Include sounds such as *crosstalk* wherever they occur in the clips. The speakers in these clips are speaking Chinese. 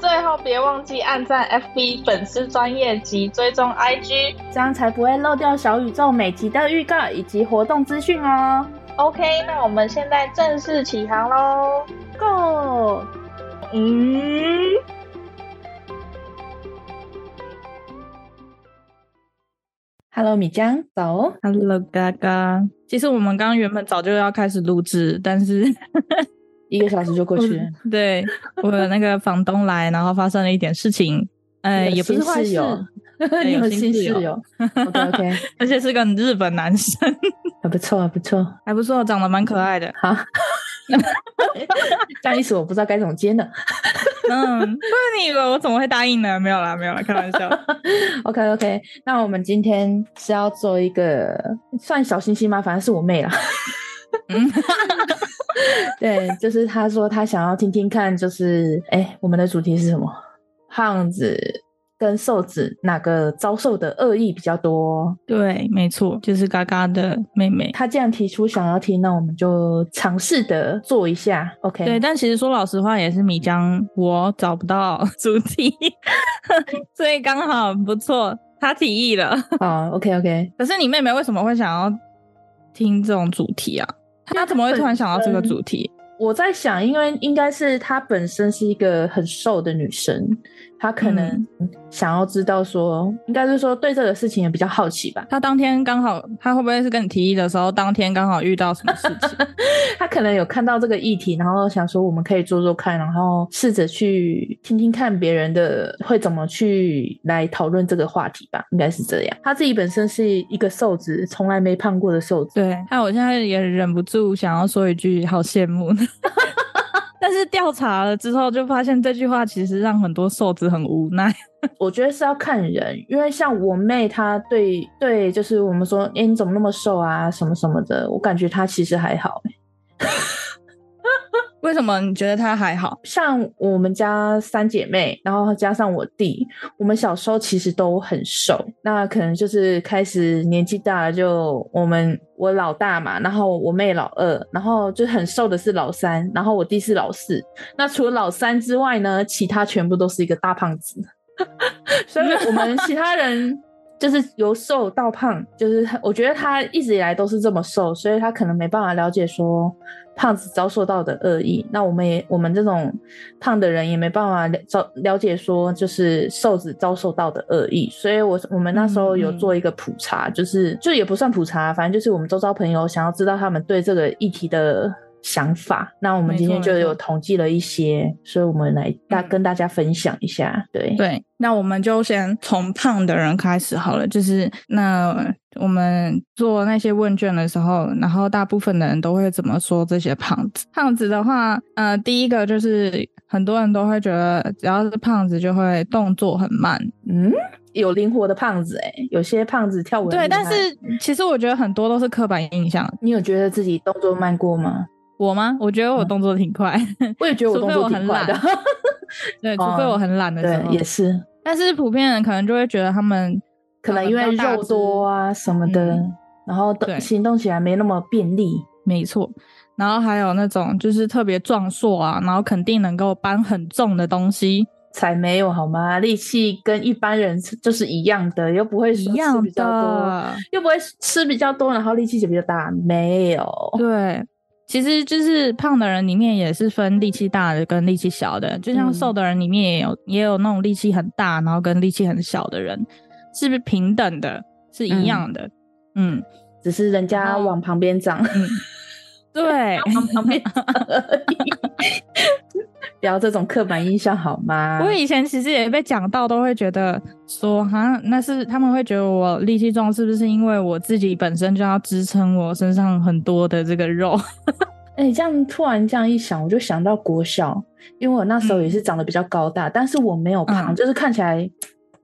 最后别忘记按赞 FB 粉丝专业及追踪 IG。这样才不会漏掉小宇宙每集的预告以及活动资讯哦。 OK，那我们现在正式起航喽，Go！嗯， Hello，米江，早。 Hello，嘎嘎。其实我们刚刚原本早就要开始录制，但是 *laughs* 一个小时就过去了。对我的那个房东来，然后发生了一点事情，哎呃，也不是坏室事。友，*laughs* 对你有有新新室室友友？OK *laughs* OK，而且是个日本男生， *laughs* 还啊不错，还不错。还不错，长得蛮可爱的。好，这样一时我不知道该怎么接呢。嗯，不然你以为我怎么会答应呢？没有啦，没有啦，开玩 *laughs* 笑。 OK OK，那我们今天是要做一个算小星星吗？反正是我妹啦。嗯， *laughs* 对，就是她说她想要听听看，就是哎、我们的主题是什么？胖子跟瘦子哪个遭受的恶意比较多？对，没错，就是嘎嘎的妹妹。她既然提出想要听，那我们就尝试的做一下。OK，对，但其实说老实话，也是米江我找不到主题， *laughs* 所以刚好不错，他提议了。好，OK OK，可是你妹妹为什么会想要听这种主题啊？她怎么会突然想到这个主题？我在想，因为应该是她本身是一个很瘦的女生，她可能想要知道说，应该是说对这个事情也比较好奇吧。她当天刚好，她会不会是跟你提议的时候，当天刚好遇到什么事情？她可能有看到这个议题，然后想说我们可以做做看，然后试着去听听看别人的会怎么去来讨论这个话题吧，应该是这样。她自己本身是一个瘦子，从来没胖过的瘦子。对，还有我现在也忍不住想要说一句，好羡慕。但是调查了之后，就发现这句话其实让很多瘦子很无奈。我觉得是要看人，因为像我妹，她对对，就是我们说，哎、你怎么那么瘦啊，什么什么的，我感觉她其实还好、为什么你觉得她还好？像我们家三姐妹，然后加上我弟，我们小时候其实都很瘦。那可能就是开始年纪大了，就我们我老大嘛，然后我妹老二，然后就很瘦的是老三，然后我弟是老四。那除了老三之外呢，其他全部都是一个大胖子。 *laughs* 所以我们其他人就是由瘦到胖，就是我觉得他一直以来都是这么瘦，所以他可能没办法了解说胖子遭受到的恶意。那我们也我们这种胖的人也没办法了了了解说就是瘦子遭受到的恶意。所以我我们那时候有嗯嗯做一个普查，就是就也不算普查，反正就是我们周遭朋友想要知道他们对这个议题的。想法，那我们没今天错就没错有统计了一些，所以我们来大、嗯跟大家分享一下。对，对，那我们就先从胖的人开始好了。就是那我们做那些问卷的时候，然后大部分的人都会怎么说这些胖子？胖子的话，呃，第一个就是很多人都会觉得，只要是胖子就会动作很慢。嗯，有灵活的胖子哎、有些胖子跳舞很对，厉但害是其实我觉得很多都是刻板印象。你有觉得自己动作慢过吗？我吗？我觉得嗯我动作挺快， *laughs* 我也觉得我动作挺快的除非，对，除非我很懒的时哦 *laughs* 对，候。也是，但是普遍人可能就会觉得他们可能长得因为比较大肉多啊什么的，嗯然后动对行动起来没那么便利。没错。然后还有那种就是特别壮硕啊，然后肯定能够搬很重的东西，才没有好吗？力气跟一般人是就是一样的，又不会说一吃样比较多，的。又不会吃比较多，然后力气就比较大。没有，对，其实就是胖的人里面也是分力气大的跟力气小的，就像嗯瘦的人里面也有、也有那种力气很大，然后跟力气很小的人，是不是平等的？是一样的。嗯只是人然家后往旁边长，嗯，对，往旁边长而已。不要这种刻板印象好吗？我以前其实也被讲到，都会觉得说，哈，那是他们会觉得我力气壮，是不是因为我自己本身就要支撑我身上很多的这个肉？ *laughs* 哎、这样突然这样一想，我就想到国小，因为我那时候也是长得比较高大，但是我没有胖，嗯就是看起来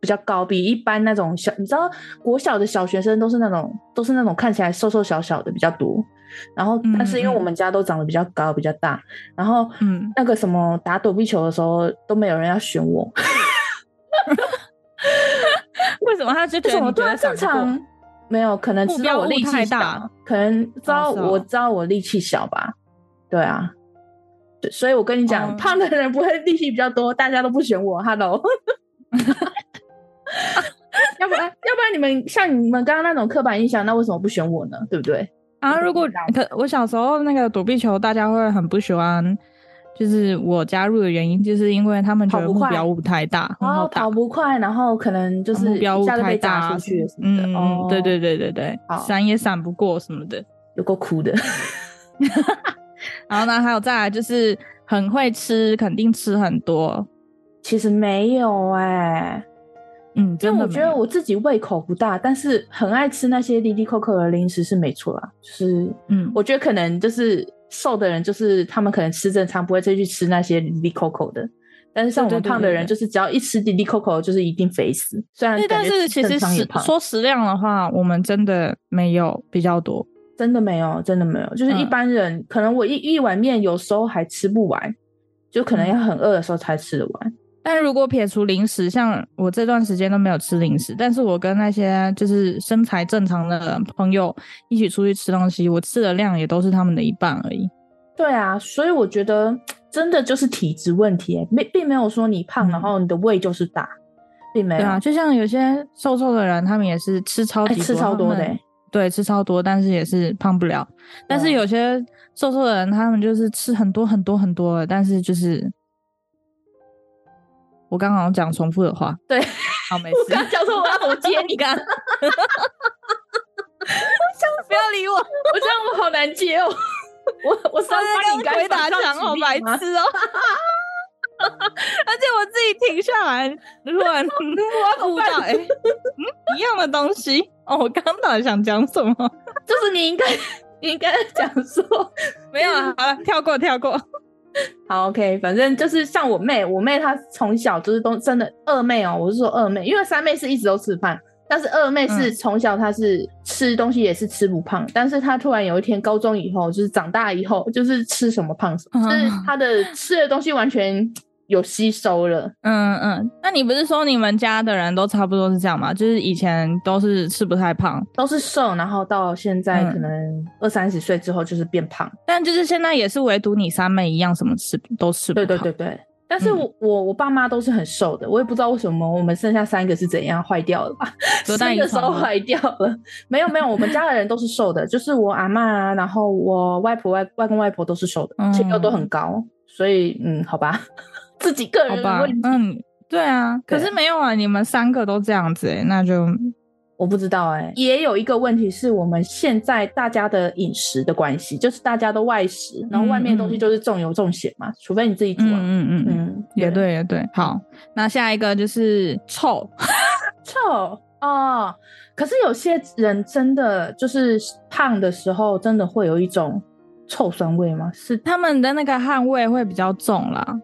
比较高，比一般那种小，你知道国小的小学生都是那种都是那种看起来瘦瘦小小的比较多。然后，但是因为我们家都长得比较高、比较大，然后嗯那个什么打躲避球的时候都没有人要选我，为什么他就觉为什得么你觉对啊得正长常不过？没有，可能目知标道我物力太气大小，可能知道哦是哦我知道我力气小吧，对啊，对所以我跟你讲，哦胖的人不会力气比较多，大家都不选我，Hello。要不然，要不然你们像你们刚刚那种刻板印象，那为什么不选我呢？对不对？啊，如果嗯可我小时候那个躲避球，大家会很不喜欢。就是我加入的原因，就是因为他们觉得跑不目快标物太大，很然后好打哦跑，不快，然后可能就是目标一物下就太被大打啊出去了什么的。嗯，哦，对对，对对对好，闪也闪不过什么的。有够哭的。 *laughs* 然后呢，还有再来就是很会吃，肯定吃很多。其实没有哎、嗯，因真为的我没觉得有我自己胃口不大，但是很爱吃那些滴滴扣扣的零食是没错啦。就是嗯，我觉得可能就是瘦的人，就是他们可能吃正餐不会再去吃那些滴滴扣扣的。但是像我对对们对胖的对人，对就是只要一吃滴滴扣扣，就是一定肥死。虽然对，感但觉是吃其正实常也食胖说食量的话，我们真的没有比较多。真的没有，真的没有，就是一嗯般人、可能我一一碗面有时候还吃不完，就可能要很饿的时候才吃得完。但如果撇除零食，像我这段时间都没有吃零食，但是我跟那些就是身材正常的朋友一起出去吃东西，我吃的量也都是他们的一半而已。对啊，所以我觉得真的就是体质问题、欸没并没有说你胖、嗯然后你的胃就是大，并没对有。啊，就像有些瘦瘦的人，他们也是吃超级哎多，吃超多的他们欸对，吃超多，但是也是胖不了。但是有些瘦瘦的人，他们就是吃很多很多很多的，但是就是我刚好像讲重复的话，对，好 *laughs* 没我事，刚想说我要怎么接你 *laughs* 刚，我不要理我，觉得我好难接哦。我我我上班你刚回答上墙好指白令吗 *laughs* 痴哦、 *laughs* 而且我自己停下来 *laughs* 乱怎误么办到 *laughs* 哎、嗯，一样的东西哦。我刚刚到底想讲什么？就是你应该你应该讲说没有啊，好了，跳过跳过。好 OK，反正就是像我妹，我妹她从小就是都真的二妹哦，我是说二妹，因为三妹是一直都吃饭，但是二妹是嗯从小她是吃东西也是吃不胖，但是她突然有一天高中以后，就是长大以后就是吃什么胖什么，就是她的吃的东西完全有吸收了。嗯嗯，那你不是说你们家的人都差不多是这样吗？就是以前都是吃不太胖，都是瘦，然后到现在嗯可能二三十岁之后就是变胖。但就是现在也是唯独你三妹一样，什么吃都吃不对胖。对对对。但是嗯我、我我爸妈都是很瘦的，我也不知道为什么我们剩下三个是怎样坏掉了吧？ *laughs* 隔代生遗的时传候吗坏掉了，没有没有，我们家的人都是瘦的，就是我阿嬷啊，然后我外婆外外公外婆都是瘦的，嗯身高都很高，所以嗯，好吧， *laughs* 自己个好人的吧问题，，嗯，对啊。可对是没有啊，你们三个都这样子、欸，那就我不知道哎、也有一个问题是我们现在大家的饮食的关系，就是大家都外食，然后外面的东西嗯就是重油重咸嘛，除非你自己煮、啊，嗯嗯。嗯嗯嗯，也对，也对。好，那下一个就是臭， *laughs* 臭哦。可是有些人真的就是胖的时候，真的会有一种臭酸味吗？是，他们的那个汗味会比较重啦。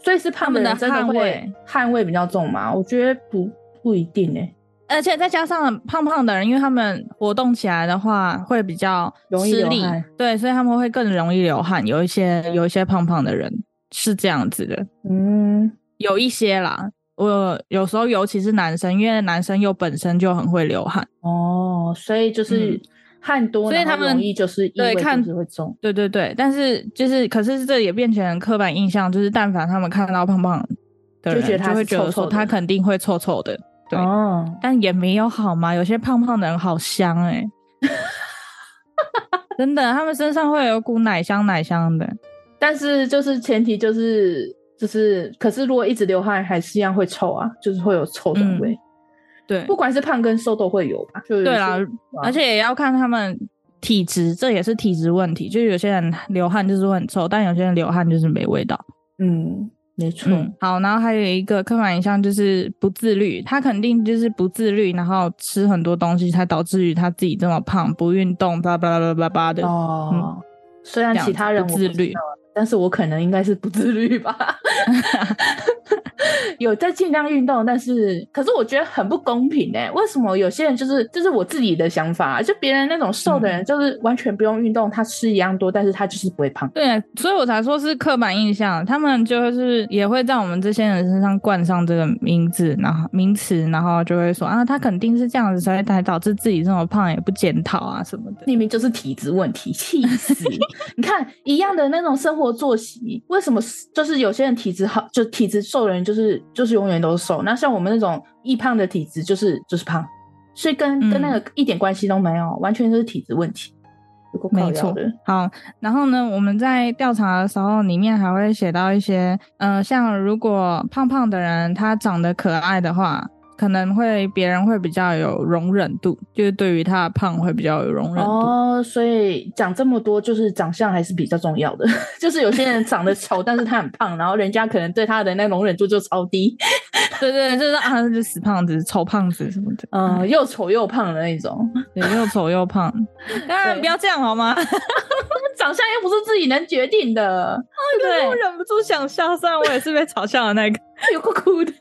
所以是胖人真的他们的汗会味汗味比较重吗？我觉得不不一定欸诶、而且再加上胖胖的人，因为他们活动起来的话会比较容易吃流力汗，对，所以他们会更容易流汗。有一些有一些胖胖的人是这样子的，嗯，有一些啦。我有时候尤其是男生，因为男生又本身就很会流汗，哦，所以就是嗯汗多，所以然后他们容易就是异对味看就是会重。对对对，但是就是，可是这也变成刻板印象，就是但凡他们看到胖胖的就人，觉得他会是觉得臭说臭的他肯定会臭臭的，对哦，但也没有好吗？有些胖胖的人好香哎、 *laughs* 真的，他们身上会有股奶香奶香的。但是就是前提就是就是，可是如果一直流汗，还是一样会臭啊，就是会有臭酸嗯味，对不管是胖跟瘦都会有吧？就是对啦是吧而且也要看他们体质，这也是体质问题。就是有些人流汗就是会很臭，但有些人流汗就是没味道。嗯，没错。嗯，好，然后还有一个刻板印象就是不自律，他肯定就是不自律，然后吃很多东西才导致于他自己这么胖，不运动，巴拉巴拉巴拉巴拉的。哦，嗯虽然这样其子他人不我自知律道，但是我可能应该是不自律吧。 *laughs* 有在尽量运动，但是可是我觉得很不公平哎、为什么有些人就是就是我自己的想法，啊就别人那种瘦嗯的人就是完全不用运动，他吃一样多，但是他就是不会胖。对，所以我才说是刻板印象，他们就是也会在我们这些人身上冠上这个名字，然后名词，然后就会说啊，他肯定是这样子，所以才导致自己这么胖，也不检讨啊什么的。明明就是体质问题，气死！你看一样的那种生活作息，为什么就是有些人体质好，就体质瘦的人就是就是永远都瘦，那像我们那种易胖的体质就是就是胖，所以跟嗯跟那个一点关系都没有，完全就是体质问题。有够靠没腰错的，哦好，然后呢，我们在调查的时候，里面还会写到一些，呃，像如果胖胖的人他长得可爱的话，可能会别人会比较有容忍度，就是对于他的胖会比较有容忍度。哦，所以讲这么多，就是长相还是比较重要的。 *laughs* 就是有些人长得丑，但是他很胖，然后人家可能对他的那容忍度就超低，对对，就是啊，就是死胖子、丑胖子什么的。嗯、又丑又胖的那一种，对，又丑又 *laughs* 胖，当然对不要这样好吗？ *laughs* 长相又不是自己能决定的，对，对我忍不住想笑，虽然我也是被嘲笑的那个。 *laughs* *laughs* 有够哭的。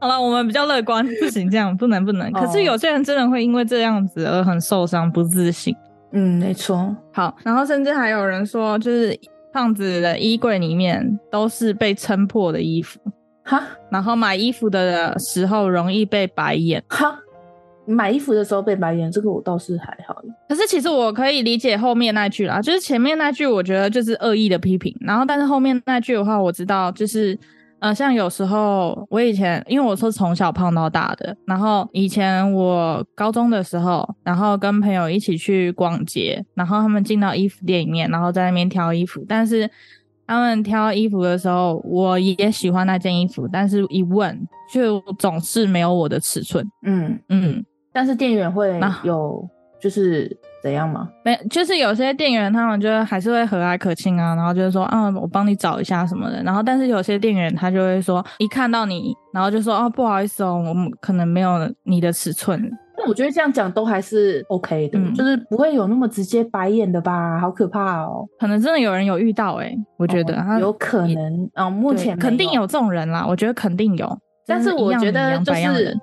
好了，我们比较乐观，不行，这样不能不能。可哦是有些人真的会因为这样子而很受伤、不自信。嗯，没错，好，然后甚至还有人说，就是胖子的衣柜里面都是被撑破的衣服，哈然后买衣服的时候容易被白眼。哈，买衣服的时候被白眼，这个我倒是还好。可是其实我可以理解后面那句啦，就是前面那句我觉得就是恶意的批评，然后但是后面那句的话，我知道就是。呃，像有时候我以前，因为我是从小胖到大的，然后以前我高中的时候，然后跟朋友一起去逛街，然后他们进到衣服店里面，然后在那边挑衣服，但是他们挑衣服的时候，我也喜欢那件衣服，但是一问就总是没有我的尺寸，嗯，嗯，但是店员会啊有、就是怎样吗？没，就是有些店员他们就还是会和蔼可亲啊，然后就是说，嗯，我帮你找一下什么的。然后，但是有些店员他就会说，一看到你，然后就说，哦，不好意思哦，我们可能没有你的尺寸。那我觉得这样讲都还是 OK 的，嗯就是不会有那么直接白眼的吧？好可怕哦！可能真的有人有遇到诶、欸我觉得、哦他有可也能啊、哦目对前没肯定有，这种人啦，我觉得肯定有。但是真的我一样觉米得养就百样是人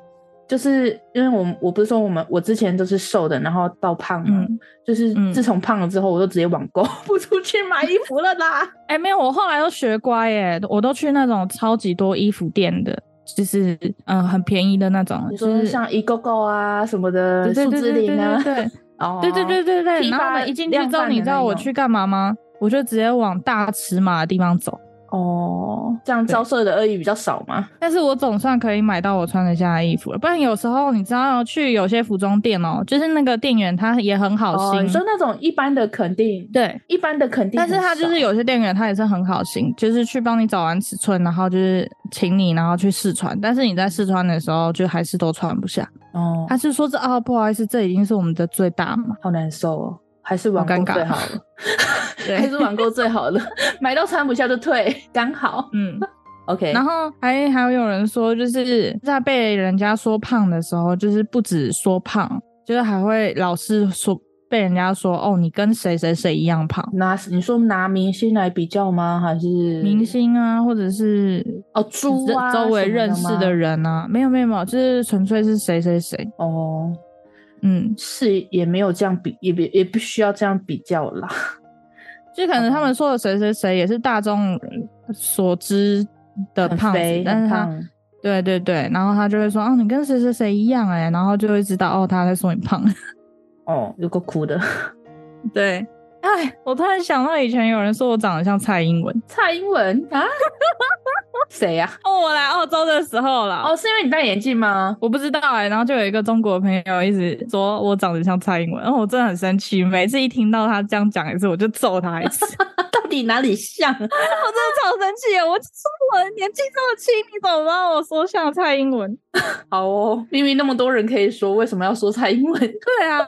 就是因为我们我不是说我们我之前都是瘦的，然后到胖嘛，嗯，就是嗯自从胖了之后，我就直接网购 *laughs* 不出去买衣服了啦。哎、没有，我后来都学乖耶、我都去那种超级多衣服店的，就是嗯、很便宜的那种，你就说是像 e g o g o 啊什么的，对对树对枝对林啊对，对。哦，对对对对对，批然后发呢，一进去量之后，贩的你知道那我种去干嘛吗？我就直接往大尺码的地方走，哦，这样对招射的恶意比较少嘛。但是我总算可以买到我穿得下的衣服了。不然有时候你知道去有些服装店哦，就是那个店员他也很好哦，心，你说那种一般的肯定，对，一般的肯定但很是少，他就是有些店员他也是很好心，就是去帮你找完尺寸，然后就是请你然后去试穿，但是你在试穿的时候就还是都穿不下，哦，他是说这哦不好意思，这已经是我们的最大码，好难受哦，还是网好购尴尬最好 *laughs* 了，对还是网购最好了，买到穿不下就退，刚好。嗯。 OK，然后还还有人说，就是在被人家说胖的时候，就是不止说胖，就是还会老是说被人家说哦，你跟谁谁谁一样胖，拿你说拿明星来比较吗？还是明星啊，或者是哦猪啊周围什么的认识吗的人啊，没有没有没有，就是纯粹是谁谁谁，哦，嗯，是也没有这样比，也也也不需要这样比较啦。就可能他们说的谁谁谁也是大众所知的很胖子肥，但很是他胖，对对对，然后他就会说哦，你跟谁谁谁一样哎、然后就会知道哦，他在说你胖。哦，有个苦的。 *laughs* 对，哎，我突然想到以前有人说我长得像蔡英文，蔡英文啊？ *laughs* 谁呀、哦，我来澳洲的时候啦，啊？哦，是因为你戴眼镜吗？ *laughs* 我不知道哎、然后就有一个中国朋友一直说我长得像蔡英文，然后我真的很生气，每次一听到他这样讲一次，我就揍他一次，我真 *laughs* 的到底哪里像？ *laughs* 超生气哦的，我就说我的年纪这么轻，你怎么把我说像蔡英文？好哦，明明那么多人可以说，为什么要说蔡英文？ *laughs* 对啊。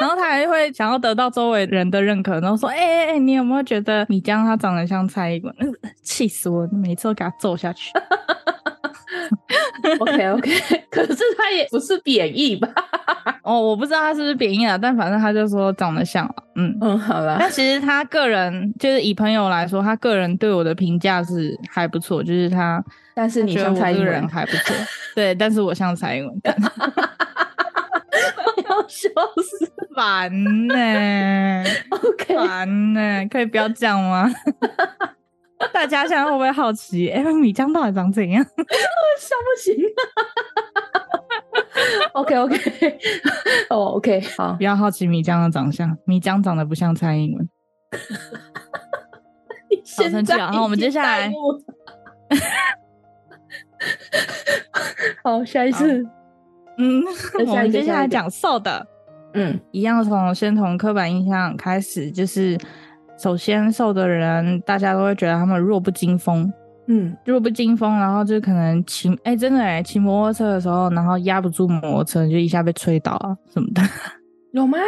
然后他还会想要得到周围人的认可，然后说：“哎哎哎，你有没有觉得米江他长得像蔡英文？” *laughs* 气死我！每次都给他揍下去。 OK OK，可 *laughs* 是他也不是贬义吧？哦，我不知道他是不是贬义啊，但反正他就说长得像啊。 *laughs* 嗯。嗯，好啦但，其实他个人就是以朋友来说，他个人对我的评价是还不错，就是他但是你觉得像我蔡这英个文人，还不错，对，但是我像蔡英文，干我要 *laughs* 笑死。烦呢、 OK，烦呢、可以不要这样吗？ *laughs* 大家现在会不会好奇，哎、米江到底长怎样？笑不行。OK OK，哦 *laughs* OK，好不，要好奇米江的长相，米江长得不像蔡英文。现生气在哦好我们已经接下带来入了。 *laughs* 好，下一次，嗯，那 *laughs* 我下一个们接下下一来个讲瘦的，嗯一样从先从刻板印象开始，就是首先瘦的人，大家都会觉得他们弱不禁风，嗯，弱不禁风，然后就可能骑，哎、真的哎、骑摩托车的时候，然后压不住摩托车，就一下被吹倒啊什么的。 *laughs* 有吗？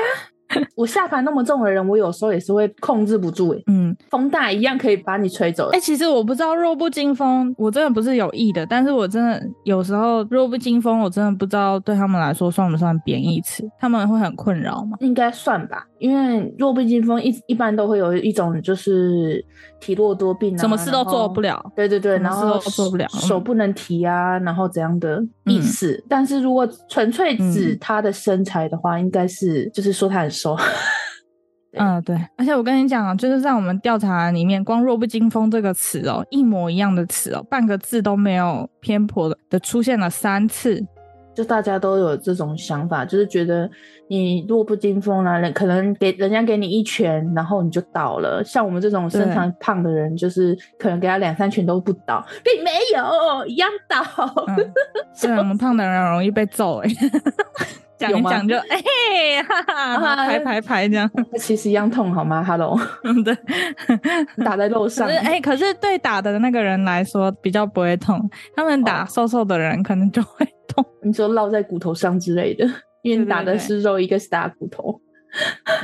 我下盘那么重的人，我有时候也是会控制不住、欸，嗯，风大一样可以把你吹走。哎、其实我不知道弱不禁风，我真的不是有意的，但是我真的有时候弱不禁风，我真的不知道对他们来说算不算贬义词，他们会很困扰吗？应该算吧，因为弱不禁风一一般都会有一种就是体弱多病啊，什么事都做不了。了，对对对，什么然事后都做不了嗯手不能提啊，然后怎样的意思？但是如果纯粹指嗯他的身材的话，应该是就是说他很瘦。嗯，对，而且我跟你讲，啊就是在我们调查里面，光“弱不禁风”这个词哦，一模一样的词哦，半个字都没有偏颇的的出现了三次。就大家都有这种想法，就是觉得你弱不禁风啊，人可能给人家给你一拳，然后你就倒了。像我们这种身材胖的人，就是可能给他两三拳都不倒，并没有一样倒。 *laughs* 嗯，虽然我们胖的人很容易被揍哎、 *laughs* 讲有一吗讲就哎、嘿哈哈，然后啊排排排这样， *laughs* 其实一样痛好吗？Hello，嗯对。打在肉可上是，哎、可是对打的那个人来说比较不会痛，他们打哦瘦瘦的人可能就会痛。你说烙在骨头上之类的，因为你对对打的对是肉，一个是打骨头。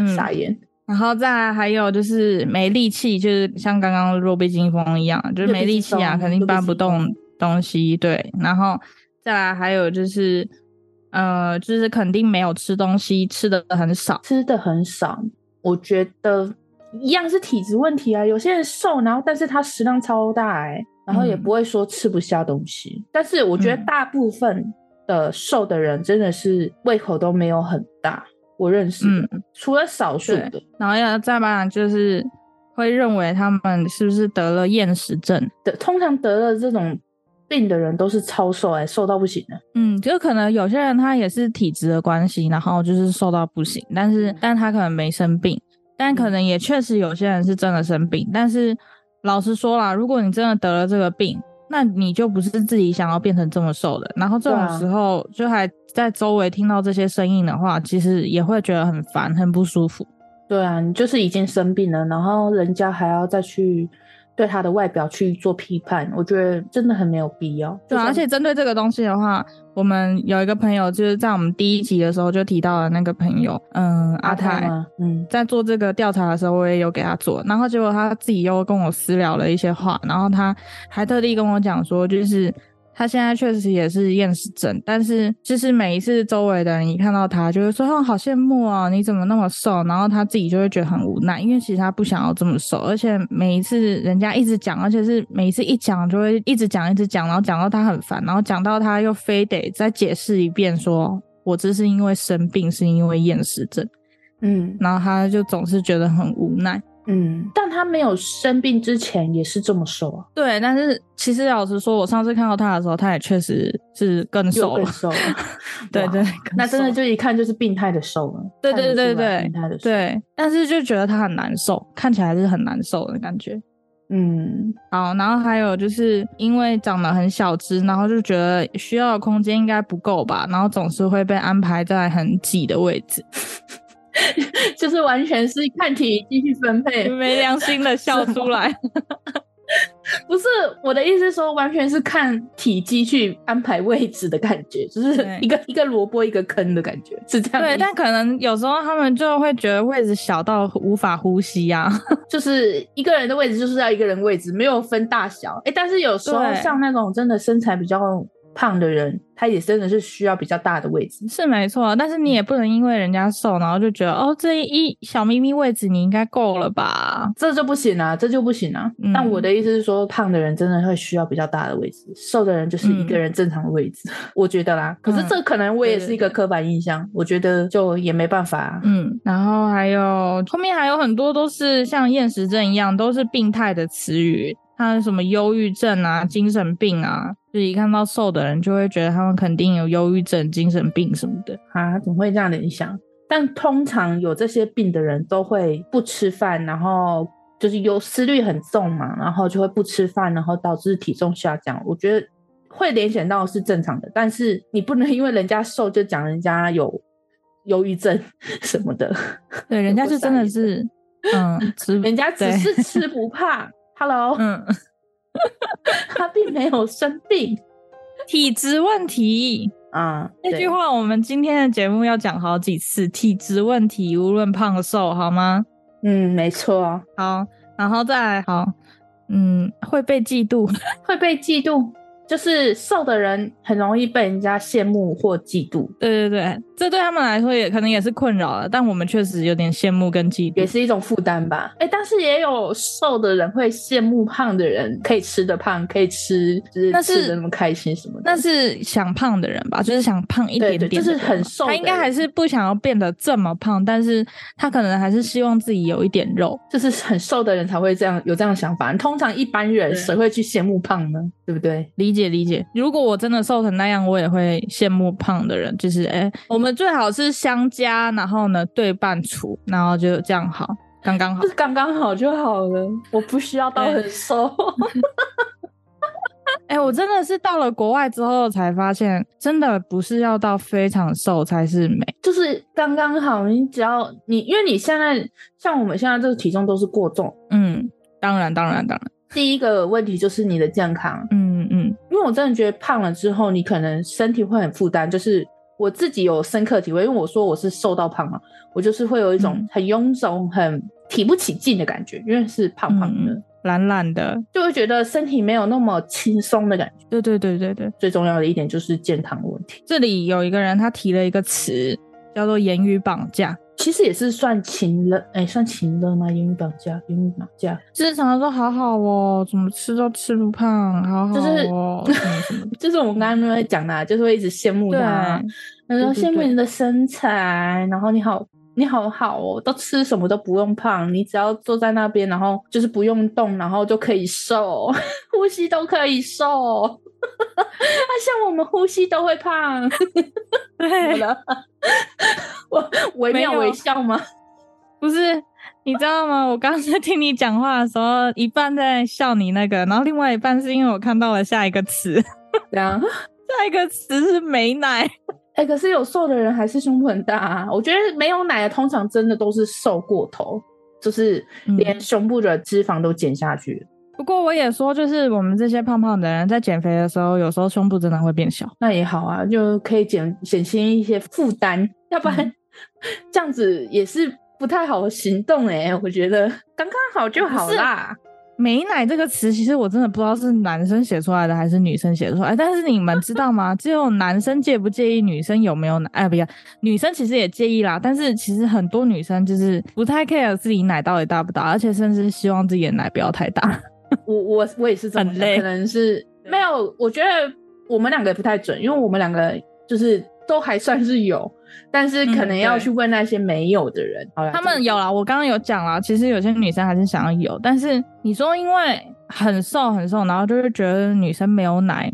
嗯傻眼，然后再来还有就是没力气，就是像刚刚弱被金风一样，就是没力气啊，弱被金风肯定搬不弱被动金东西。对，然后再来还有就是，呃，就是肯定没有吃东西，吃的很少。吃的很少，我觉得一样是体质问题啊。有些人瘦，然后但是他食量超大哎、然后也嗯不会说吃不下东西。但是我觉得嗯大部分的瘦的人真的是胃口都没有很大，我认识的，除了少数嗯对的然后要再不然就是会认为他们是不是得了厌食症？的，通常得了这种病的人都是超瘦哎、瘦到不行的、嗯，就可能有些人他也是体质的关系，然后就是瘦到不行，但是但他可能没生病，但可能也确实有些人是真的生病，但是老实说啦，如果你真的得了这个病，那你就不是自己想要变成这么瘦的，然后这对种啊时候就还在周围听到这些声音的话，其实也会觉得很烦，很不舒服。对啊，你就是已经生病了，然后人家还要再去对他的外表去做批判，我觉得真的很没有必要。对就啊、像而且针对这个东西的话，我们有一个朋友就是在我们第一集的时候就提到了那个朋友，嗯，阿泰。嘛，嗯，在做这个调查的时候，我也有给他做，然后结果他自己又跟我私聊了一些话，然后他还特地跟我讲说，就是他现在确实也是厌食症，但是就是每一次周围的人一看到他，就会说哦，好羡慕哦，你怎么那么瘦？然后他自己就会觉得很无奈，因为其实他不想要这么瘦，而且每一次人家一直讲，而且是每一次一讲就会一直讲一直讲，然后讲到他很烦，然后讲到他又非得再解释一遍说。我这是因为生病，是因为厌食症。嗯然后他就总是觉得很无奈。嗯，但他没有生病之前也是这么瘦啊，对，但是其实老实说，我上次看到他的时候，他也确实是更又瘦 *laughs* 更了。，瘦了对哇对，那真的更瘦就一看就是病态的瘦了，对看得对对出来对病态的瘦，对，但是就觉得他很难受，看起来是很难受的感觉。嗯，好，然后还有就是因为长得很小只，然后就觉得需要的空间应该不够吧，然后总是会被安排在很挤的位置，就是完全是看体积去分配， *laughs* 没良心的笑出来。不是我的意思是说，完全是看体积去安排位置的感觉， *laughs* 就是对一个一个萝卜一个坑的感觉，是这样的 *laughs* 对，意思。但可能有时候他们就会觉得位置小到无法呼吸啊呀、就是一个人的位置就是要一个人位置，没有分大小。哎、但是有时候对像那种真的身材比较胖的人，他也真的是需要比较大的位置。是没错，啊但是你也不能因为人家瘦，然后就觉得哦，这一小咪咪位置你应该够了吧？这就不行啊，这就不行啊。嗯但我的意思是说，胖的人真的会需要比较大的位置，瘦的人就是一个嗯人正常的位置， *laughs* 我觉得啦。可是这可能我也是一个刻板印象，我觉得就也没办法、啊。嗯，然后还有后面还有很多都是像厌食症一样，都是病态的词语，它什么忧郁症啊、精神病啊，就一看到瘦的人就会觉得他们肯定有忧郁症、精神病什么的。啊，怎么会这样联想？但通常有这些病的人都会不吃饭，然后就是忧思虑很重嘛，然后就会不吃饭，然后导致体重下降。我觉得会联想到是正常的，但是你不能因为人家瘦就讲人家有忧郁症 *laughs* 什么的，对，人家是真的是，嗯，吃人家只对是吃不 *laughs* 胖。Hello，、嗯他并没有生病体质问题。啊。那对句话，我们今天的节目要讲好几次，体质问题，无论胖瘦，好吗？嗯，没错，好，然后再来好，嗯，会被嫉妒， *laughs* 会被嫉妒，就是瘦的人很容易被人家羡慕或嫉妒。对对对，这对他们来说也可能也是困扰了，但我们确实有点羡慕跟嫉也妒。是一种负担吧。哎、但是也有瘦的人会羡慕胖的人，可以吃的胖，可以吃，就是那是吃的那么开心什么的。那是想胖的人吧，就是想胖一点对对点的人就吧，是很瘦的他人应该还是不想要变得这么胖，但是他可能还是希望自己有一点肉。就是很瘦的人才会这样有这样的想法。通常一般人对谁会去羡慕胖呢？对不对？理解理解。如果我真的瘦成那样，我也会羡慕胖的人。就是哎、我们最好是相加，然后呢对半除，然后就这样好，刚刚好就。是刚刚好就好了，我不需要到对很瘦。 *laughs* 哎、我真的是到了国外之后才发现，真的不是要到非常瘦才是美。就是刚刚好，你只要你，因为你现在像我们现在这个体重都是过重，嗯，当然当然当然。第一个问题就是你的健康，嗯嗯，因为我真的觉得胖了之后，你可能身体会很负担，就是我自己有深刻体会，因为我说我是瘦到胖嘛，我就是会有一种嗯很臃肿、很提不起劲的感觉，因为是胖胖的，嗯嗯懒懒的。就会觉得身体没有那么轻松的感觉。对对对对对，最重要的一点就是健康的问题，这里有一个人他提了一个词，叫做言语绑架。其实也是算情了，哎、算情了吗？言语绑架，言语绑架，就是常常说好好哦，怎么吃都吃不胖，好好就是哦，什么什么的就是我 *laughs* 们刚刚在讲的啊，就是会一直羡慕 *laughs* 对啊他，然后对对羡慕对你的身材，然后你好，你好好哦，都吃什么都不用胖，你只要坐在那边，然后就是不用动，然后就可以瘦， *laughs* 呼吸都可以瘦。 *laughs* 啊，像我们呼吸都会胖， *laughs* 对怎么，了？我惟妙没有惟肖吗？ *laughs* 不是，你知道吗？我刚刚在听你讲话的时候，一半在笑你那个，然后另外一半是因为我看到了下一个词， *laughs* 这样。下一个词是美奶。哎、可是有瘦的人还是胸部很大啊。我觉得没有奶的通常真的都是瘦过头，就是嗯连胸部的脂肪都减下去了。不过我也说，就是我们这些胖胖的人在减肥的时候，有时候胸部真的会变小。那也好啊，就可以减减轻一些负担，要不然、嗯 *laughs* 这样子也是不太好行动哎、我觉得刚刚好就好啊啦。美奶这个词，其实我真的不知道是男生写出来的还是女生写出来。但是你们知道吗？ *laughs* 只有男生介不介意女生有没有奶？哎，不要，女生其实也介意啦。但是其实很多女生就是不太 care 自己奶到底大不大，而且甚至希望自己的奶不要 *laughs* 太大。我我我也是这么很想，累可能是没有。我觉得我们两个也不太准，因为我们两个就是都还算是有，但是可能嗯要对去问那些没有的人。好啦他们有啦，我刚刚有讲啦，其实有些女生还是想要有，但是你说因为很瘦很瘦，然后就是觉得女生没有奶，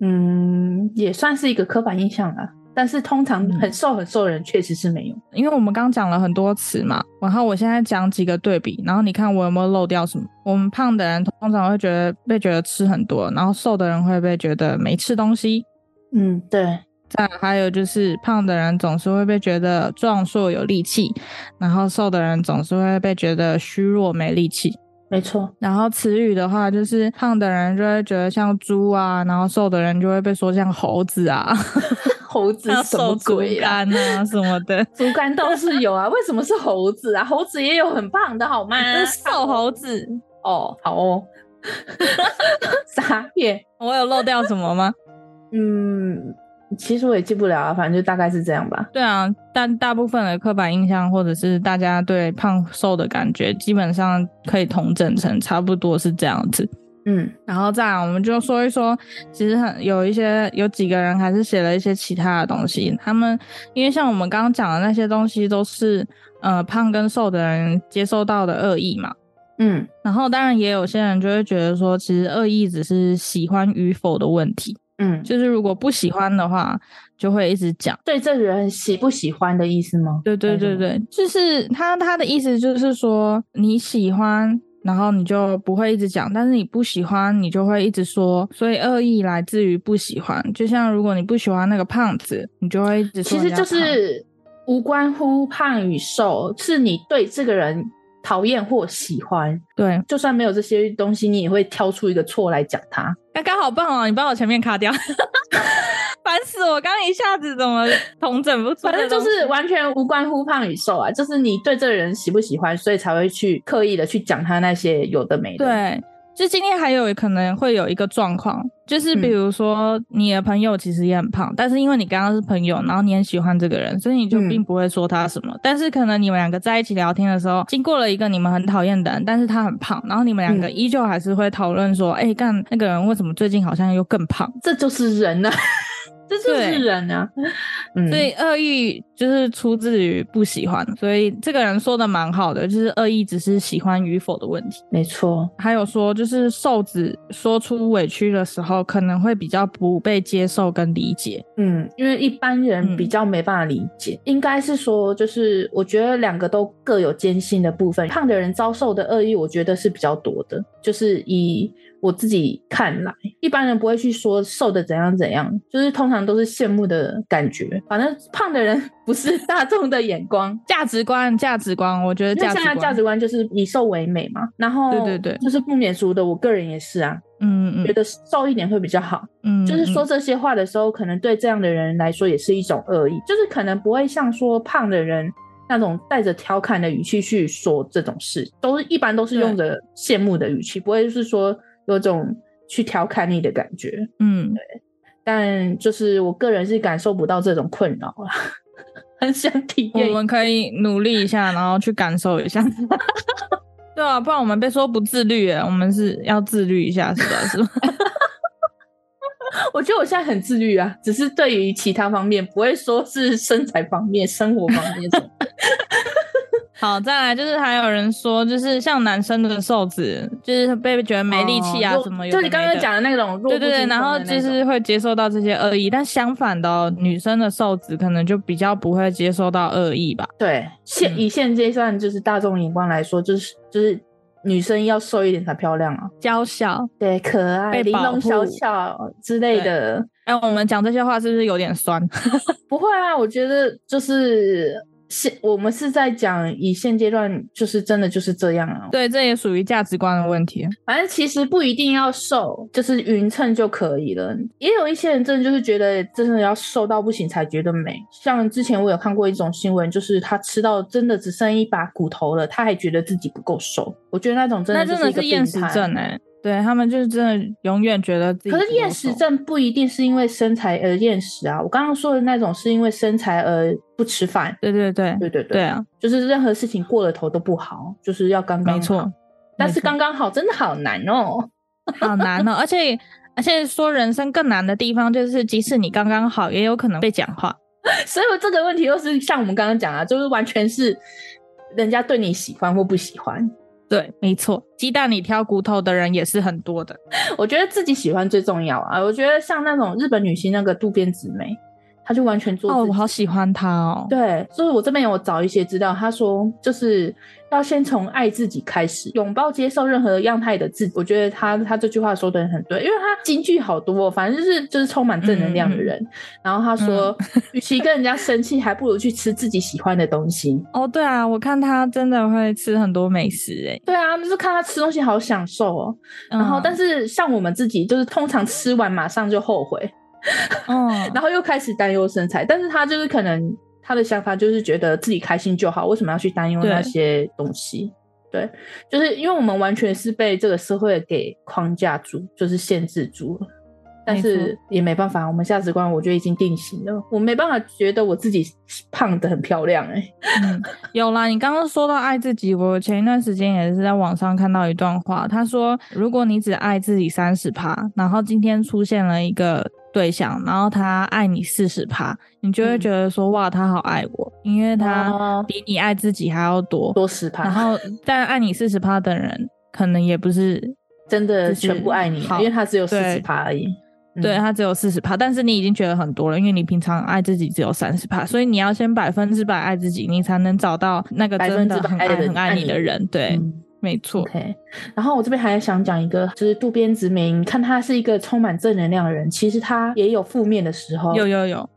嗯，也算是一个刻板印象啦。但是通常嗯很瘦很瘦的人确实是没有。因为我们刚讲了很多词嘛，然后我现在讲几个对比，然后你看我有没有漏掉什么？我们胖的人通常会觉得被觉得吃很多，然后瘦的人会被觉得没吃东西。嗯，对，再来还有就是胖的人总是会被觉得壮硕有力气，然后瘦的人总是会被觉得虚弱没力气。没错。然后词语的话，就是胖的人就会觉得像猪啊，然后瘦的人就会被说像猴子啊， *laughs* 猴子像是什么瘦猪鬼啊？肝啊什么的。 *laughs* 竹竿倒是有啊，为什么是猴子啊？猴子也有很胖的好吗？是 *laughs* *laughs* 瘦猴子，哦，好哦，傻眼。我有漏掉什么吗？嗯，其实我也记不了啊，反正就大概是这样吧。对啊，但大部分的刻板印象或者是大家对胖瘦的感觉，基本上可以统整成差不多是这样子。嗯然后再来，我们就说一说，其实很有一些有几个人还是写了一些其他的东西。他们因为像我们刚刚讲的那些东西，都是呃胖跟瘦的人接受到的恶意嘛。嗯然后当然也有些人就会觉得说，其实恶意只是喜欢与否的问题，嗯，就是如果不喜欢的话，就会一直讲。对这个人喜不喜欢的意思吗？对对对对，就是他他的意思就是说你喜欢，然后你就不会一直讲，但是你不喜欢，你就会一直说。所以恶意来自于不喜欢，就像如果你不喜欢那个胖子，你就会一直说其人实家就胖是无关乎胖与瘦，是你对这个人讨厌或喜欢。对。就算没有这些东西，你也会挑出一个错来讲他。刚刚好棒哦，你把我前面卡掉， *laughs* 烦死我！刚刚一下子怎么同整不出反来？正就是完全无关乎胖与瘦啊，就是你对这个人喜不喜欢，所以才会去刻意的去讲他那些有的没的。，对，就今天还有可能会有一个状况，就是比嗯如说你的朋友其实也很胖，但是因为你刚刚是朋友，然后你很喜欢这个人，所以你就嗯并不会说他什么。但是可能你们两个在一起聊天的时候，经过了一个你们很讨厌的人，但是他很胖，然后你们两嗯个依旧还是会讨论说，哎、干那个人为什么最近好像又更胖？这就是人啊， *laughs* 这就是对人啊。嗯，所以恶意就是出自于不喜欢，所以这个人说的蛮好的，就是恶意只是喜欢与否的问题。没错。还有说，就是瘦子说出委屈的时候，可能会比较不被接受跟理解。嗯，因为一般人嗯比较没办法理解，应该是说，就是我觉得两个都各有艰辛的部分。胖的人遭受的恶意，我觉得是比较多的，就是以我自己看来，一般人不会去说瘦的怎样怎样，就是通常都是羡慕的感觉。反正胖的人 *laughs* 不是大众的眼光。价值观，价值观，我觉得因为价现值在观，价值观就是以瘦为美嘛，然后对对对就是不免俗的。我个人也是啊，嗯嗯觉得瘦一点会比较好。嗯，就是说嗯，这些话的时候，可能对这样的人来说也是一种恶意，就是可能不会像说胖的人那种带着调侃的语气去说这种事，都是一般都是用着羡慕的语气，不会是说有种去调侃你的感觉。嗯，但就是我个人是感受不到这种困扰啦，很想体验我。们可以努力一下，然后去感受一下。 *laughs* 对啊，不然我们被说不自律耶，我们是要自律一下，是吧？ *laughs* 是吧？我觉得我现在很自律啊，只是对于其他方面不会说是身材方面、生活方面什么。好，再来就是还有人说，就是像男生的瘦子，就是被觉得没力气啊，哦什么有的就你没刚刚的讲的那种弱对不禁风的那种，对对，然后就是会接受到这些恶意，但相反的哦、女生的瘦子可能就比较不会接受到恶意吧。对，现、嗯以现阶段就是大众眼光来说，就是就是女生要瘦一点才漂亮啊，娇小，对，可爱、被玲保珑小护巧之类对的。哎、我们讲这些话是不是有点酸？ *laughs* 不会啊，我觉得就是现我们是在讲以现阶段就是真的就是这样啊。对，这也属于价值观的问题。反正其实不一定要瘦，就是匀称就可以了。也有一些人真的就是觉得真的要瘦到不行才觉得美。像之前我有看过一种新闻，就是他吃到真的只剩一把骨头了，他还觉得自己不够瘦。我觉得那种真那的就真的一个是病厌食态。症哎、对他们就是真的永远觉得自己。可是厌食，症不一定是因为身材而厌食啊，我刚刚说的那种是因为身材而不吃饭。对对对对对对，对啊，就是任何事情过了头都不好，就是要刚刚好没错。但是没错刚刚好真的好难哦。好难哦，而且而且说人生更难的地方就是，即使你刚刚好，也有可能被讲话。所以我这个问题又是像我们刚刚讲啊，就是完全是人家对你喜欢或不喜欢。对，没错，鸡蛋里挑骨头的人也是很多的。我觉得自己喜欢最重要啊。我觉得像那种日本女星那个渡边直美，她就完全做哦，自己。我好喜欢他哦。对，所以我这边有找一些资料，她说就是要先从爱自己开始，拥抱接受任何样态的自己。我觉得她她这句话说的很对，因为她金句好多、哦，反正就是就是充满正能量的嗯人。然后她说，与其跟人家生气，还不如去吃自己喜欢的东西。哦，对啊，我看他真的会吃很多美食诶、对啊，就是看她吃东西好享受哦。嗯然后，但，是像我们自己，就是通常吃完马上就后悔，嗯，然后又开始担忧身材。但是他就是可能他的想法就是觉得自己开心就好，为什么要去担忧对那些东西？对，就是因为我们完全是被这个社会给框架住，就是限制住了。但没是也没办法，我们价值观我觉得已经定型了，我没办法觉得我自己胖的很漂亮哎、嗯，有啦，你刚刚说到爱自己，我前一段时间也是在网上看到一段话，他说，如果你只爱自己三十趴，然后今天出现了一个对象，然后他爱你四十趴，你就会嗯觉得说，哇，他好爱我，因为他哦比你爱自己还要多。多十趴，然后，但爱你四十趴的人，可能也不是真的就是全部爱你，好因为他只有四对十趴而已。嗯对他只有四十趴，但是你已经觉得很多了，因为你平常爱自己只有三十趴，所以你要先百分之百爱自己，你才能找到那个百真分的之百很爱的爱人很爱爱你你的人。对，嗯没错， OK，然后我这边还想讲一个，就是渡边直美，你看她是一个充满正能量的人，其实她也有负面的时候。有有有，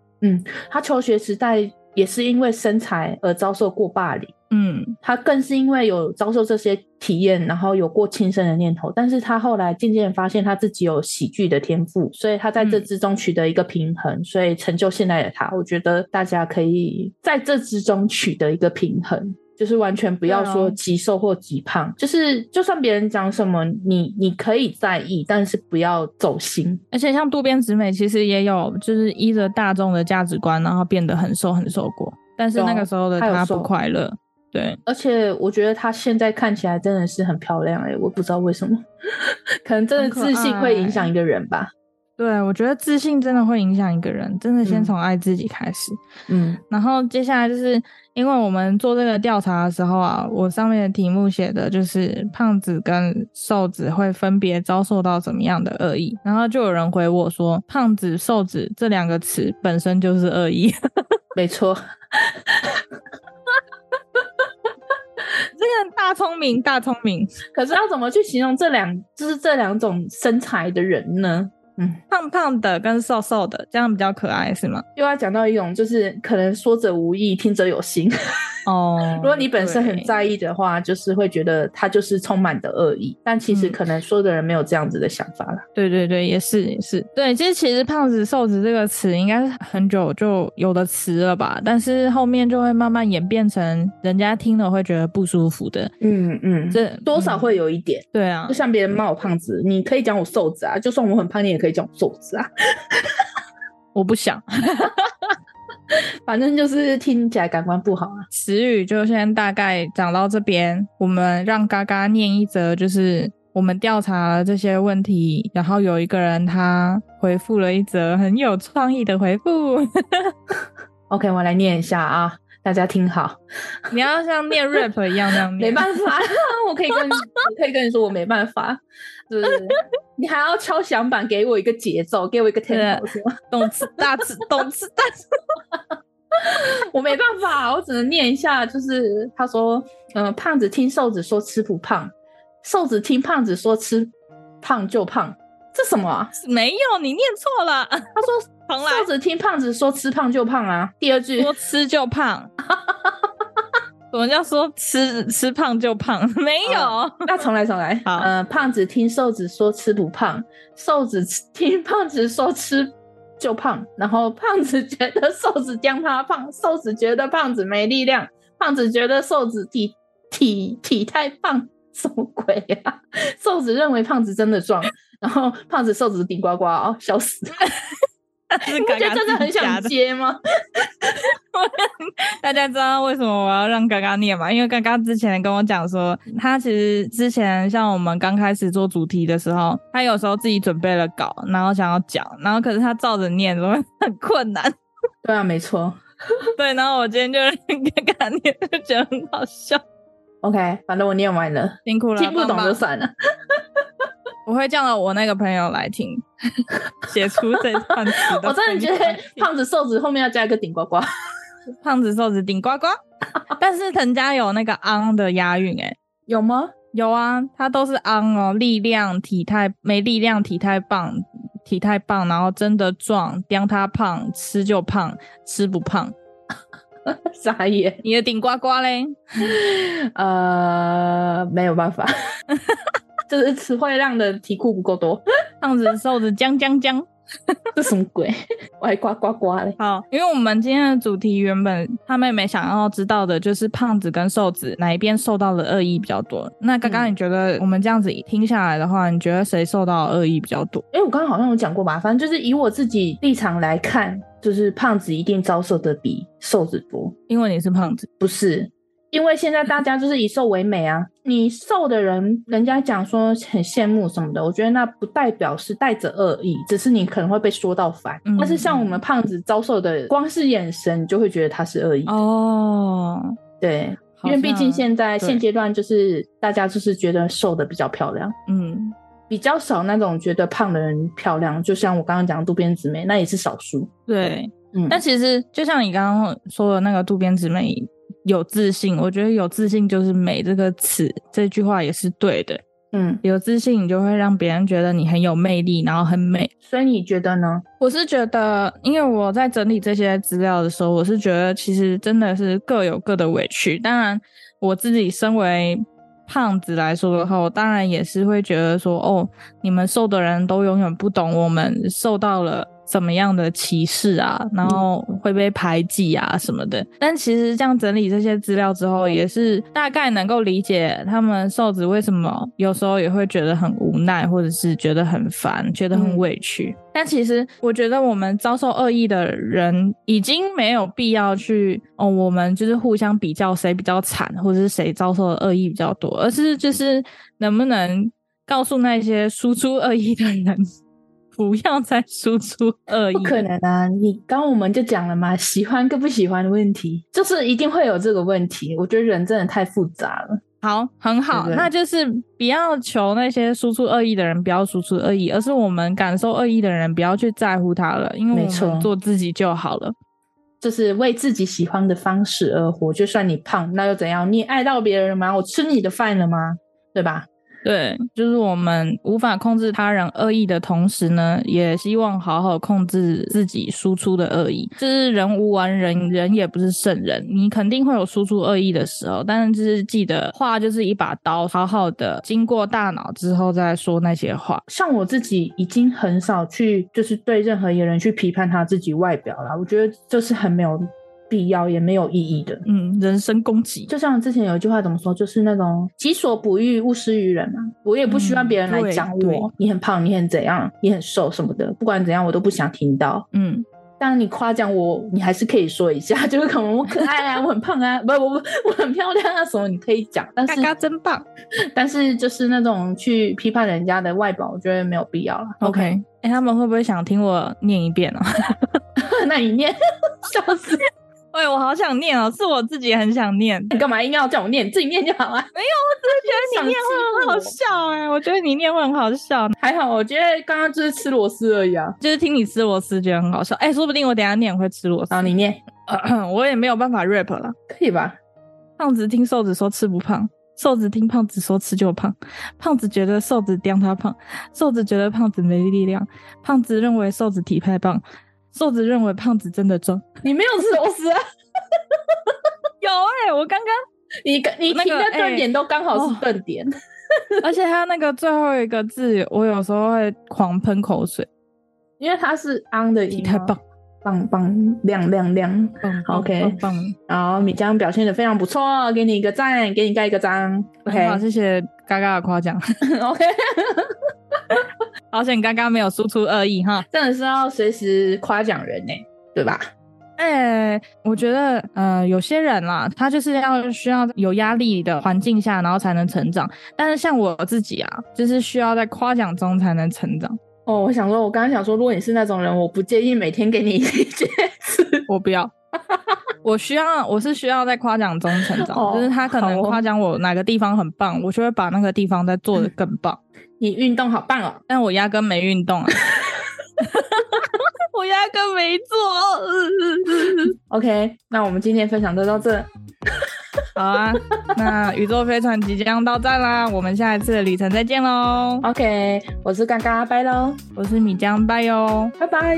她求学时代也是因为身材而遭受过霸凌，嗯她更是因为有遭受这些体验，然后有过轻生的念头。但是她后来渐渐发现她自己有喜剧的天赋，所以她在这嗯之中取得一个平衡，所以成就现在的她。我觉得大家可以在这之中取得一个平衡。就是完全不要对啊说极瘦或极胖，就是就算别人讲什么，你你可以在意，但是不要走心。而且像渡边直美，其实也有就是依着大众的价值观，然后变得很瘦很瘦过，但是有那个时候的她有她不瘦快乐。对，而且我觉得她现在看起来真的是很漂亮哎、我不知道为什么， *laughs* 可能真的很可自信会影响一个人吧。对我觉得自信真的会影响一个人，真的先嗯从爱自己开始。嗯然后接下来就是因为我们做这个调查的时候啊，我上面的题目写的就是胖子跟瘦子会分别遭受到怎么样的恶意，然后就有人回我说，胖子、瘦子这两个词本身就是恶意。 *laughs* 没错，这个大聪明，大聪明，可是要怎么去形容这两，就是这两种身材的人呢？胖胖的跟瘦瘦的，这样比较可爱是吗？又要讲到一种，就是可能说者无意，听者有心。哦，如果你本身很在意的话，就是会觉得他就是充满的恶意，但其实嗯可能说的人没有这样子的想法啦。对对对，也是也是，对，其实其实“胖子”“瘦子”这个词应该是很久就有的词了吧，但是后面就会慢慢演变成人家听了会觉得不舒服的，嗯嗯这这多少、嗯会有一点。对啊就，像别人骂我胖子，你可以讲我瘦子啊，就算我很胖，你也可以讲我瘦子啊。我不想 *laughs* 反正就是听起来感官不好啊。词语就先大概讲到这边，我们让嘎嘎念一则，就是我们调查了这些问题，然后有一个人他回复了一则很有创意的回复， *laughs* OK，我来念一下啊，大家听好。你要像念 rap 一样那样没念，办法，我可以跟你，我可以跟你说，我没办法，就是你还要敲响板给我一个节奏，给我一个对 tempo，是吗？ *laughs* 懂词大词，懂词大词。我没办法，我只能念一下。就是他说，嗯，胖子听瘦子说吃不胖，瘦子听胖子说吃胖就胖，这什么啊？没有，你念错了。他说。 *laughs* 重来瘦子听胖子说吃胖就胖啊，第二句说吃 *laughs* 就胖。什么叫说吃吃胖就胖？ *laughs* 没有， *laughs* 那重来重来。好呃，胖子听瘦子说吃不胖，瘦子吃 *laughs* 听胖子说吃就胖，然后胖子觉得瘦子将他胖，瘦子觉得胖子没力量，胖子觉得瘦子体体体态胖，什么鬼啊？瘦子认为胖子真的壮，然后胖子瘦子顶呱呱哦，笑死！是 *laughs* 你不 *laughs* 嘎觉得嘎真的自很己加想的。接吗？大家知道为什么我要让嘎嘎念吗？因为嘎嘎之前跟我讲说，他其实之前像我们刚开始做主题的时候，他有时候自己准备了稿，然后想要讲，然后可是他照着念，怎么会 *laughs* 很困难？对啊，没错。对，然后我今天就让 *laughs* 嘎嘎念，就觉得很好笑， OK，反正我念完了，辛苦了，听不棒懂棒就算了。。我会叫了我那个朋友来听， *laughs* 写出这段词 *laughs* 我真的觉得胖子瘦子后面要加一个顶呱呱。 *laughs* 胖子瘦子顶呱呱， *laughs* 但是藤家有那个昂的押韵诶、有吗？有啊，它都是昂哦，力量体态没力量体态棒体态棒，然后真的壮，将他胖吃就胖，吃不胖。 *laughs* 傻眼。你的顶呱呱嘞？呃，没有 *laughs* 办法，就是词汇量的题库不够多。胖子瘦子将将将，这什么鬼？我还呱呱呱嘞！好，因为我们今天的主题原本他妹妹想要知道的就是胖子跟瘦子哪一边受到了恶意比较多。那刚刚嗯你觉得我们这样子听下来的话，你觉得谁受到恶意比较多？因为我刚刚好像有讲过吧，反正就是以我自己立场来看，就是胖子一定遭受的比瘦子多，因为你是胖子，不是？因为现在大家就是以瘦为美啊，你瘦的人，人家讲说很羡慕什么的，我觉得那不代表是带着恶意，只是你可能会被说到烦。嗯但是像我们胖子遭受的，光是眼神你就会觉得他是恶意，哦，对，好因为毕竟像现在对现阶段就是大家就是觉得瘦的比较漂亮。嗯，比较少那种觉得胖的人漂亮，就像我刚刚讲的渡边直美，那也是少数。对，嗯，但其实就像你刚刚说的那个渡边直美有自信，我觉得有自信就是美这个词，这句话也是对的。嗯，有自信，你就会让别人觉得你很有魅力，然后很美。所以你觉得呢？我是觉得，因为我在整理这些资料的时候，我是觉得其实真的是各有各的委屈。当然，我自己身为胖子来说的话，我当然也是会觉得说，哦，你们瘦的人都永远不懂我们受到了怎么样的歧视啊，然后会被排挤啊什么的。但其实这样整理这些资料之后，也是大概能够理解他们瘦子为什么有时候也会觉得很无奈，或者是觉得很烦，觉得很嗯委屈。但其实我觉得我们遭受恶意的人已经没有必要去哦，我们就是互相比较谁比较惨，或者是谁遭受的恶意比较多，而是就是能不能告诉那些输出恶意的人， *laughs* 不要再输出恶意。不可能啊！你刚刚我们就讲了嘛，喜欢跟不喜欢的问题，就是一定会有这个问题。我觉得人真的太复杂了。好，很对好，不对那就是不要求那些输出恶意的人不要输出恶意，而是我们感受恶意的人不要去在乎他了，因为没我错们做自己就好了。就是为自己喜欢的方式而活，就算你胖，那又怎样？你爱到别人吗？我吃你的饭了吗？对吧？对，就是我们无法控制他人恶意的同时呢，也希望好好控制自己输出的恶意。就是人无完人，人也不是圣人，你肯定会有输出恶意的时候，但是就是记得话就是一把刀，好好的经过大脑之后再说那些话。像我自己已经很少去，就是对任何一个人去批判他自己外表了。我觉得这是很没有必要，也没有意义的。嗯，人身攻击。就像之前有一句话怎么说，就是那种“己所不欲，勿施于人”嘛。我也不希望嗯别人来对讲对我，你很胖，你很怎样，你很瘦什么的，不管怎样我都不想听到。嗯，当然你夸奖我，你还是可以说一下， *laughs* 就是可能我可爱啊，我很胖啊，不不不，我很漂亮啊什么，你可以讲。但嘎是嘎真棒。但是就是那种去批判人家的外表，我觉得没有必要了。 OK，哎、他们会不会想听我念一遍哦？ *laughs* 那你念， *laughs* 笑死！喂，哎我好想念哦，是我自己很想 *laughs* 念。你干嘛硬要叫我念？你自己念就好了。啊我真的觉得你念会很好笑哎、我觉得你念会很好笑，还好，我觉得刚刚就是吃螺丝而已啊。就是听你吃螺丝觉得很好笑。哎、说不定我等一下念会吃螺丝好，，你念 *coughs* 我也没有办法 rap 了。可以吧？胖子听瘦子说吃不胖，瘦子听胖子说吃就胖，胖子觉得瘦子刁他胖，瘦子觉得胖子没力量，胖子认为瘦子体态棒，瘦子认为胖子真的壮。你没有吃螺丝啊？有哎、我刚刚。你刚你那停个的哎顿点都刚好哦是顿点， *laughs* 而且他那个最后一个字，我有时候会狂喷口水，因为它是 on 的你音嘛，哦太棒棒棒亮亮亮。棒棒 OK 棒棒然后米江表现的非常不错，哦给你一个赞，给你盖一个章。很好， OK 谢谢嘎嘎的夸奖， *laughs* OK，好险嘎嘎没有输出恶意哈。真的是要随时夸奖人呢、对吧？哎、我觉得呃，有些人啦，他就是要需要有压力的环境下，然后才能成长。但是像我自己啊，就是需要在夸奖中才能成长。哦，我想说，我刚刚想说，如果你是那种人，我不介意每天给你一些 *laughs* 刺我不要。 *laughs* 我需要，我是需要在夸奖中成长，哦就是他可能好哦夸奖我哪个地方很棒，我就会把那个地方再做得更棒。你运动好棒哦，但我压根没运动啊， *laughs* 我压根没做。嗯 OK，那我们今天分享就到这，好啊，那宇宙飞船即将到站啦，我们下一次的旅程再见喽！ OK，我是嘎嘎，拜喽，我是米江，拜哟。拜拜。